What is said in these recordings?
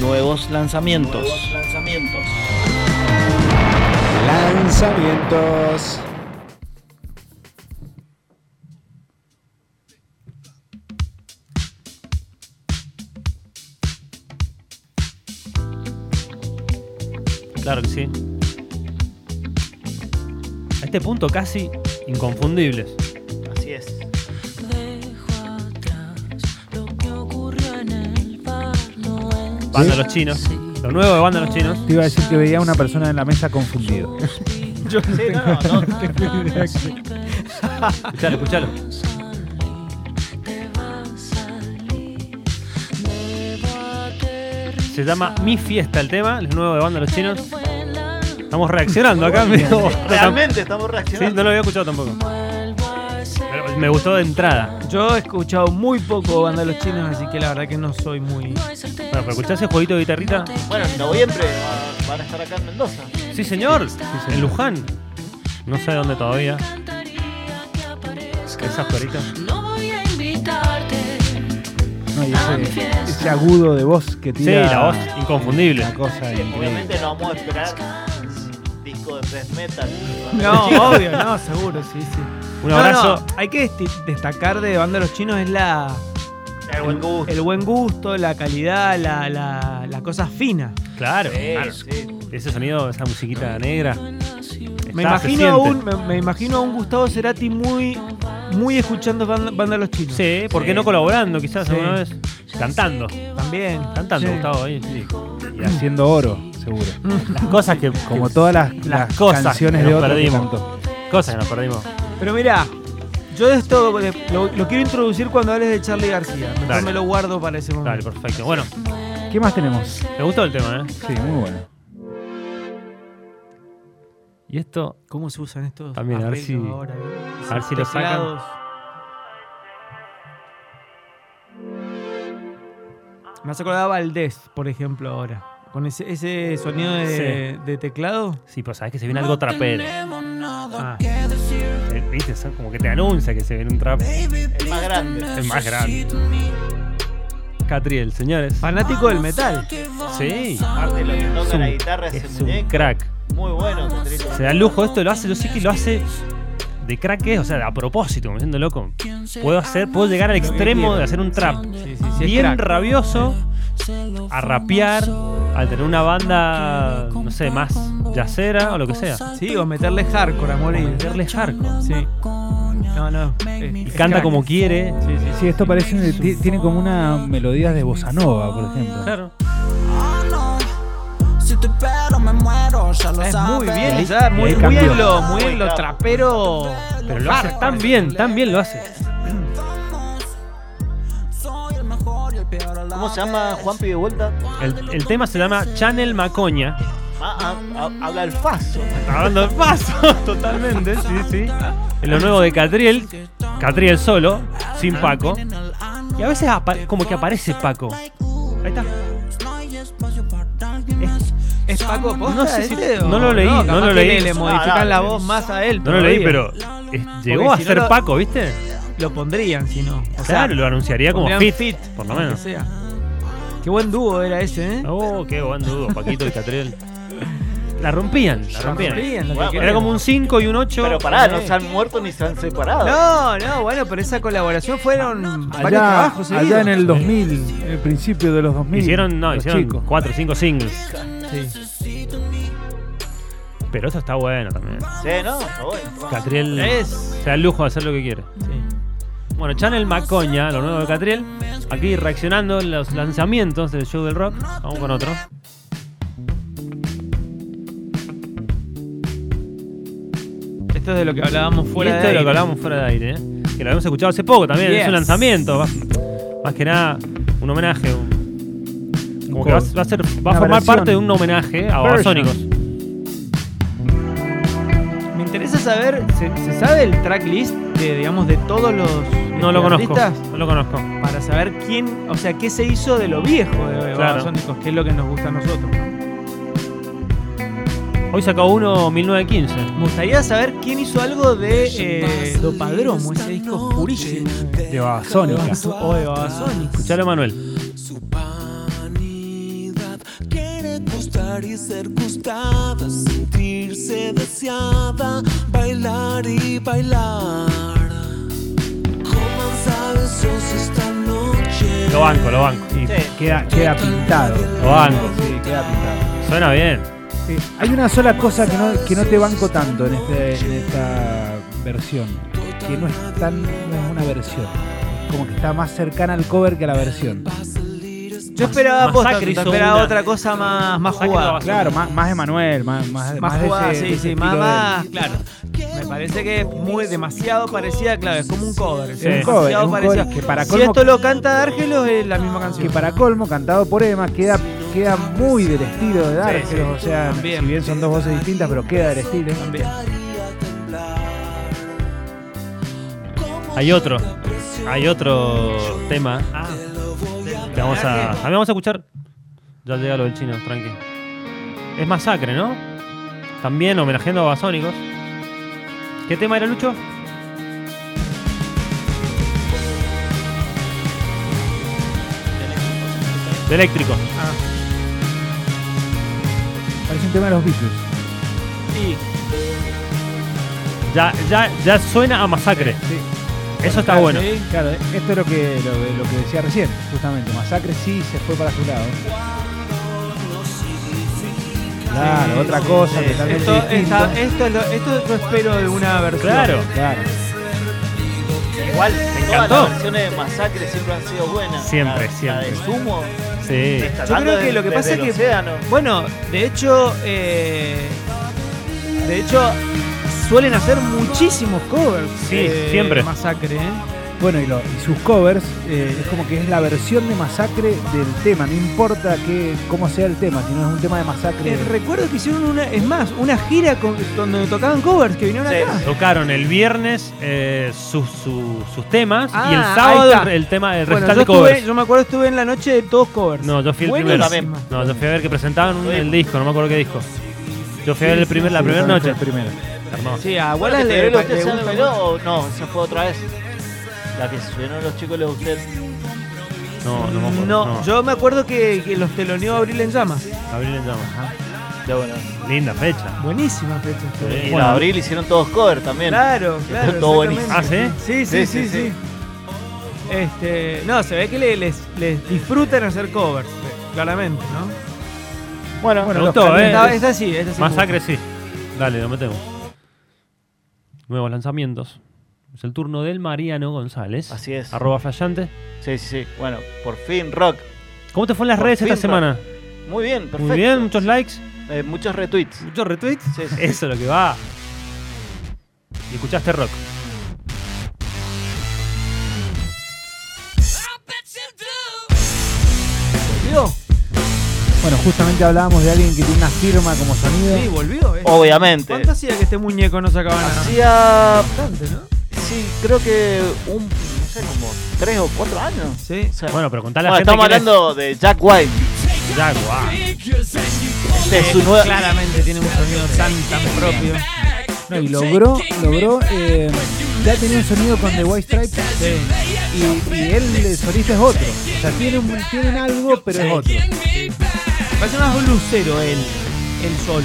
Nuevos lanzamientos. Nuevos lanzamientos. Lanzamientos. Claro que sí. A este punto casi inconfundibles. Así es. Dejo atrás lo que ocurrió en el bar no es Banda Los Chinos. Lo nuevo de Banda Los Chinos. Te iba a decir que veía a una persona en la mesa confundida. Sí, no, no, no. Escuchalo, escuchalo. te va a salir. Debo aterrizar. Se llama Mi Fiesta el tema, lo nuevo de Banda Los Chinos. Vuela, Estamos reaccionando acá, amigo. Realmente estamos Sí, reaccionando. no lo había escuchado tampoco. vuelvo a ser. Pero me gustó de entrada. Yo he escuchado muy poco banda de los chinos, así que la verdad que no soy muy. No hay certeza. Bueno, pero escuchás ese jueguito de guitarrita. Bueno, en noviembre va- van a estar acá en Mendoza. Sí, señor. En Luján. No sé dónde todavía. Encantaría que aparezcas. Esas cueritas. No voy a invitarte. No, y ese, ese agudo de voz que Sí, tira. la voz inconfundible. Una cosa increíble. Obviamente no vamos a esperar un disco de death metal. No, obvio, no, seguro, sí, sí. Un No, abrazo. no, hay que desti- destacar de banda de los chinos es la. El buen gusto. El buen gusto, la calidad, la, la, la cosa fina. Claro, Sí, claro. sí. Ese sonido, esa musiquita negra. Me Está, se imagino, a siente. un, me, me imagino a un Gustavo Cerati muy, muy escuchando banda, banda de los chinos. Sí, ¿por qué no colaborando quizás Sí. alguna vez? Cantando. También. Cantando, Sí. Gustavo, ahí. sí. Y haciendo oro, seguro. Las cosas que, Mm. Como todas las, Las las cosas canciones que de nos otro que perdimos. cantó. cosas que nos perdimos. Pero mirá, yo de esto de- lo, lo quiero introducir cuando hables de Charlie García. Mejor Dale. me lo guardo para ese Dale, momento. perfecto. Bueno, ¿Qué más tenemos? me gustó el tema, ¿eh? Sí, muy bueno. Y esto, ¿Cómo se usan estos También, a ver arreglos si- ahora, eh? a ver si lo sacan. Teclados. Me has acordado a Valdés, por ejemplo, ahora. Con ese, ese sonido de, de teclado. Sí, pero sabes que se viene algo trapero. Ah, Eh, Viste, son como que te anuncia que se viene un trap. El más grande. Es más grande. Catriel, señores. fanático del metal. Sí. Aparte de lo que Es toca un- la guitarra, ese Es un muñeco. crack. Muy bueno, Catrito. Se da el lujo, esto lo hace, yo sé que lo hace de crack que es, o sea, a propósito, como diciendo loco. Puedo hacer, puedo llegar al extremo de hacer un trap Sí, sí, sí, es bien crack. rabioso a rapear, al tener una banda, no sé, más yacera o lo que sea. Sí, o meterle hardcore a morir. Meterle hardcore. Sí. No, no. es- Y es canta crack. como quiere. Sí, sí, Sí, esto parece. ti- Tiene como una melodía de bossa nova, por ejemplo. Claro. Si te espero me muero, ya lo Es muy sabes. ¿eh? bien, ya, Y ahí muy, muy cambió. en lo, muy en Muy lo claro. trapero. Pero lo hace tan bien, tan bien lo hace. Soy el mejor y el peor a la ¿Cómo se llama Juanpi de vuelta? El, el tema se llama Channel Macoña. Ah, ah, ah, habla el paso. Hablando de paso, totalmente, sí, sí. En lo nuevo de Catriel, Catriel solo, sin Paco. Y a veces apa- como que aparece Paco. Ahí está. ¿Es Paco Posta No sé si- ese, no o lo leí, no capaz lo que leí. Le, le No, modifican no, la no. voz más a él. No lo leí, todavía. pero eh, llegó si a no ser lo- Paco, ¿viste? Lo pondrían, si no. O sea, claro, lo anunciaría como pondrían fit, fit, por lo aunque menos. sea. Qué buen dúo era ese, ¿eh? Oh, qué buen dudo, Paquito y Catriel. La rompían, la rompían. Rompían, lo que Bueno, querían. Era como un 5 y un 8. Pero pará, no se han muerto ni se han separado. No, no, bueno, pero esa colaboración fueron varios Allá, trabajos allá seguidos. en el 2000, en el principio de los 2000. Hicieron, no, los hicieron chicos. 4 o 5 singles. Sí. Pero eso está bueno también. Sí, no, está bueno. Catriel Es- se da el lujo de hacer lo que quiere. sí. Bueno, Channel Macoña, lo nuevo de Catriel. Aquí reaccionando en los lanzamientos del show del rock. Vamos con otro. Esto es de lo que hablábamos Y fuera esto de es lo que aire. hablábamos fuera de aire, ¿eh? que lo habíamos escuchado hace poco también. Yes. Es un lanzamiento. va- más que nada, un homenaje. un- como que va, a- va a, ser, va a Una formar versión. parte de un homenaje a Version. Babasónicos. Me interesa saber, ¿se, se sabe el tracklist de, digamos, de todos los No lo conozco. artistas? No lo conozco. Para saber quién, o sea, qué se hizo de lo viejo de Claro. Babasónicos, que es lo que nos gusta a nosotros. ¿no? Hoy sacó uno 1915. Me gustaría saber quién hizo algo de eh, Dopadromo, ese disco oscurísimo. De Babasónica. O de Babasónicos. Escuchalo, Manuel. Su vanidad gustar y ser gustada, sentirse deseada, bailar y bailar. Coman sabes esta noche. Lo banco, lo banco. Y Sí. queda, queda pintado. Lo banco. Sí, queda pintado. Suena bien. Sí. Hay una sola cosa que no, que no te banco tanto en, este, en esta versión. Que no es tan. no es una versión. Es como que está más cercana al cover que a la versión. Yo esperaba posta, Masacre hizo esperaba una. otra cosa más, más Masacre jugada. lo vas Claro, más, más de Manuel, más, más, Más de jugada, ese- de sí, ese sí, estilo más, de más, él. claro. Me parece que es muy demasiado parecida, claro, es como un cover. Es Sí. un cover, demasiado es un parecido. cover que para si colmo- esto lo canta Dárgelos es la misma canción. Que para colmo, cantado por Emma, queda, queda muy del estilo de Dargelos. Sí, O sea, También. si bien son dos voces distintas, pero queda del estilo. También. Hay otro. Hay otro tema. Que vamos a. También vamos a escuchar. Ya llega lo del chino, tranqui. Es masacre, ¿no? También homenajeando a Basónicos. ¿Qué tema era Lucho? De eléctrico. Parece un tema de los Beatles. Ya, ya, ya suena a masacre. Sí. Eso está bueno. Sí, Claro, esto es lo que, lo, lo que decía recién, justamente. Masacre sí se fue para su lado. Claro, otra cosa sí, totalmente Esto, distinta. esta- esto, es lo- esto yo espero de una versión. Claro. Claro. Igual, todas encantó. las versiones de Masacre siempre han sido buenas. Siempre, La- siempre. La de Sumo. Sí. está Yo dando creo que de- lo que desde pasa es el que- océano. Bueno, de hecho, eh, de hecho suelen hacer muchísimos covers. Sí, de siempre. Masacre, ¿eh? Bueno, y, lo- y sus covers eh, es como que es la versión de masacre del tema, no importa que, cómo sea el tema, sino es un tema de masacre. Eh, recuerdo que hicieron una, es más, una gira con- donde tocaban covers que vinieron Sí. acá. Tocaron el viernes eh, sus, sus- sus temas Ah, y el ahí sábado está. el, el tema el Bueno, recital yo, de covers. estuve- yo me acuerdo estuve en la noche de todos covers. No, yo fui el primero. Buenísima. También. No, yo fui a ver que presentaban un- Sí. el disco, no me acuerdo qué disco. Yo fui a ver el primer, la Sí, primera esa fue noche. la primera. Hermoso. Sí, a Bueno, Wallace que le, te le, veo usted, gusta ¿sabe, mucho. no? O no, esa fue otra vez. La que subieron los chicos de usted. No, no me acuerdo. No, yo me acuerdo que, que los teloneó Abril en Llamas. Abril en llamas. Ya bueno. Linda fecha. Buenísima fecha. Sí. Y en Bueno. abril hicieron todos cover también. Claro, claro. todo exactamente. ¿Ah, sí? Sí, sí, sí, sí. Este, no, se ve que le- les, les disfrutan hacer covers, eh, claramente, ¿no? Bueno, me los gustó, calientes- eh. Esta, esta sí, esta sí. me Masacre sí. Dale, lo metemos. Nuevos lanzamientos. Es el turno del Mariano González. Así es. Arroba flashante. Sí, sí, sí. Bueno, por fin rock. ¿Cómo te fue en las Por redes esta fin, semana? Muy bien, perfecto. Muy bien, muchos likes, Eh, muchos retweets. muchos retweets. Sí, sí. Eso es lo que va. Y escuchaste rock. ¿Volvió? Bueno, justamente hablábamos de alguien que tiene una firma como sonido. Sí, volvió. eh. Oh, Obviamente. ¿Cuánto hacía que este muñeco no sacaba nada? Hacía. Bastante, ¿no? Sí, creo que un. No sé, como tres o cuatro años. Sí. O sea, Bueno, pero contale a bueno, la gente. estamos quién es. hablando de Jack White. Jaguar. Este es su Eh, nueva. Claramente tiene un sonido tan, tan propio. No, y logró, logró, eh, ya tenía un sonido con The White Stripes y, y él, el solista, es otro. O sea, tienen, un- tienen algo, pero es otro. Parece más un lucero él, él solo.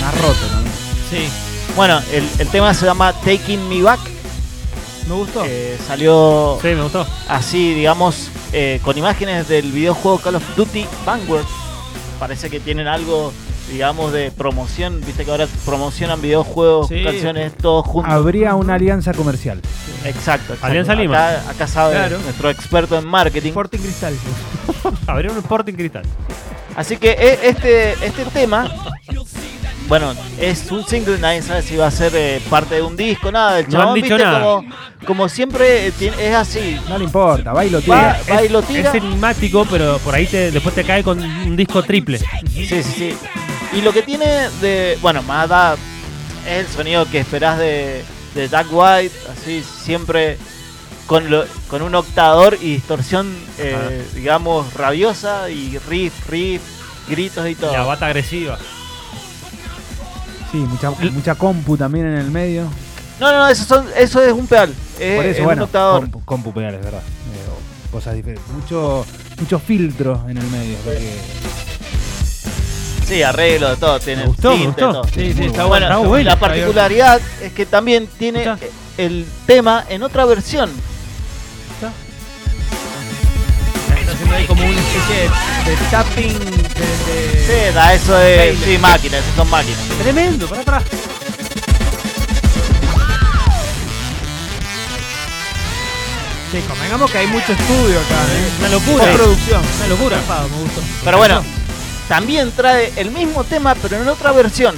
Más roto también. Sí. Bueno, el, el tema se llama Taking Me Back. Me gustó. que salió Oh. Sí, me gustó. así, digamos, eh, con imágenes del videojuego Call of Duty Vanguard. Parece que tienen algo, digamos, de promoción. Viste que ahora promocionan videojuegos, Sí. canciones, todos juntos. Habría una alianza comercial. Exacto. exacto. Ah, Alianza acá, Lima. Acá sabe Claro. nuestro experto en marketing. Sporting Cristal. Abrió un Sporting Cristal. Así que e- este, este tema, bueno, es un single, nadie sabe si va a ser eh, parte de un disco, nada. El No chabón, han dicho viste, nada. Como, como siempre, eh, tiene- es así. No le importa, va y lo Va, tira. va y lo Es tira. enigmático, pero por ahí te, después te cae con un disco triple. Sí, sí, sí. Y lo que tiene de. Bueno, más da. Es el sonido que esperás de, de Jack White, así siempre con, lo- con un octador y distorsión, eh, digamos, rabiosa y riff, riff, gritos y todo. La bata agresiva. Sí, mucha, mucha compu también en el medio. No, no, no, eso, son, eso es un pedal. Es, Por es eso, Eh, un bueno, octador. compu, compu pedal, es verdad. Eh, o cosas diferentes. Mucho, mucho filtro en el medio. es lo que- Sí, arreglo de todo, tiene Me gustó, me tinte, gustó. todo. Sí, sí, está Bueno, bueno, está bueno. La particularidad es que también tiene Escuchá. eh, el tema en otra versión. Está haciendo ahí como una especie de, de tapping de- de- Sí, da eso de. Baile. Sí, máquinas, son máquinas. Tremendo, pará, pará. Che, convengamos que hay mucho estudio acá, ¿eh? Una locura. producción. Una locura. me gustó. Pero bueno, también trae el mismo tema, pero en otra versión.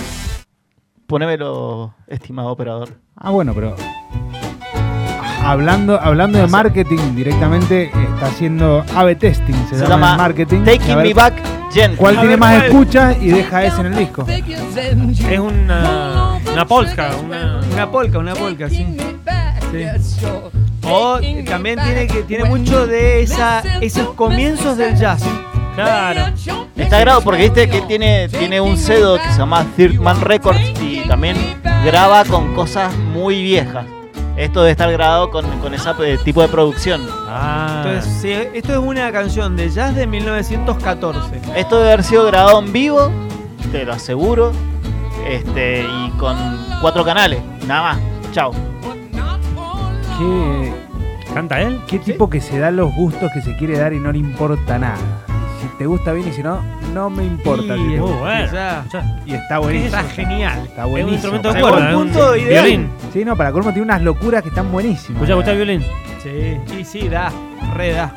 Ponémelo, estimado operador. Ah, bueno, pero. Hablando, hablando de marketing directamente, está haciendo AVE testing, se, Se llama, el llama marketing. A Taking ver Me Back Gen. ¿Cuál A tiene ver, más ¿cuál? escuchas y deja ese en el disco? Es una. Una polska. Una. Una polca, una polca, sí. Sí. O eh, también tiene, que, tiene mucho de esa, esos comienzos del jazz. Claro. Está grabado porque viste que tiene, tiene un cedo que se llama Third Man Records y también graba con cosas muy viejas. Esto de estar grabado con, con ese tipo de producción. Ah. Entonces, sí, esto es una canción de jazz de 1914. Esto debe haber sido grabado en vivo, te lo aseguro. Este, y con cuatro canales, nada más. Chao. Qué, ¿Canta él? qué tipo que se da los gustos que se quiere dar y no le importa nada. Si te gusta bien y si no, no me importa. Y si te es- Muy gusta. bueno. ya. Escuchá. Y está buenísimo. Está genial. Está Es un buenísimo. instrumento de Para cuerda. un es un punto ideal. Violín. colmo- Sí, no, para colmo tiene unas locuras que están buenísimas. Escucha, escucha el violín. Sí, sí, sí, da, re da.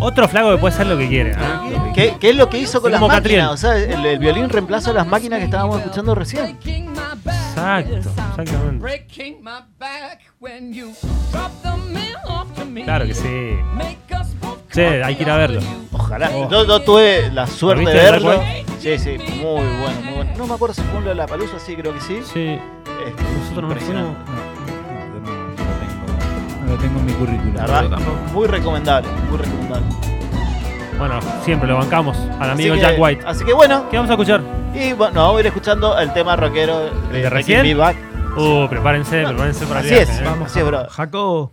Otro flaco que puede hacer lo que quiere. ¿ah? ¿Qué, qué es lo que hizo con las Como Catriel. máquinas? O sea, el, el violín reemplaza las máquinas que estábamos escuchando recién. Exacto, exactamente. Claro que sí. Che, hay que ir a verlo. Ojalá. Yo, yo tuve la suerte de ¿Lo Oh. viste de verlo. Black Sí, sí, muy bueno, muy bueno. No me acuerdo si fue uno de la palusa, sí, creo que sí. Sí. Este, Nosotros no nos impresionante. fuimos. No, no, no, no lo tengo- no lo tengo en mi currículum. La verdad, muy recomendable, muy recomendable. Bueno, siempre lo bancamos al amigo Así que- Jack White. Así que bueno, ¿Qué vamos a escuchar? y bueno, nos vamos a ir escuchando el tema rockero de, de Taking recién? Me Back. Uh, prepárense, prepárense para el Así es, viaje, ¿eh? así es, bro. Jacobo.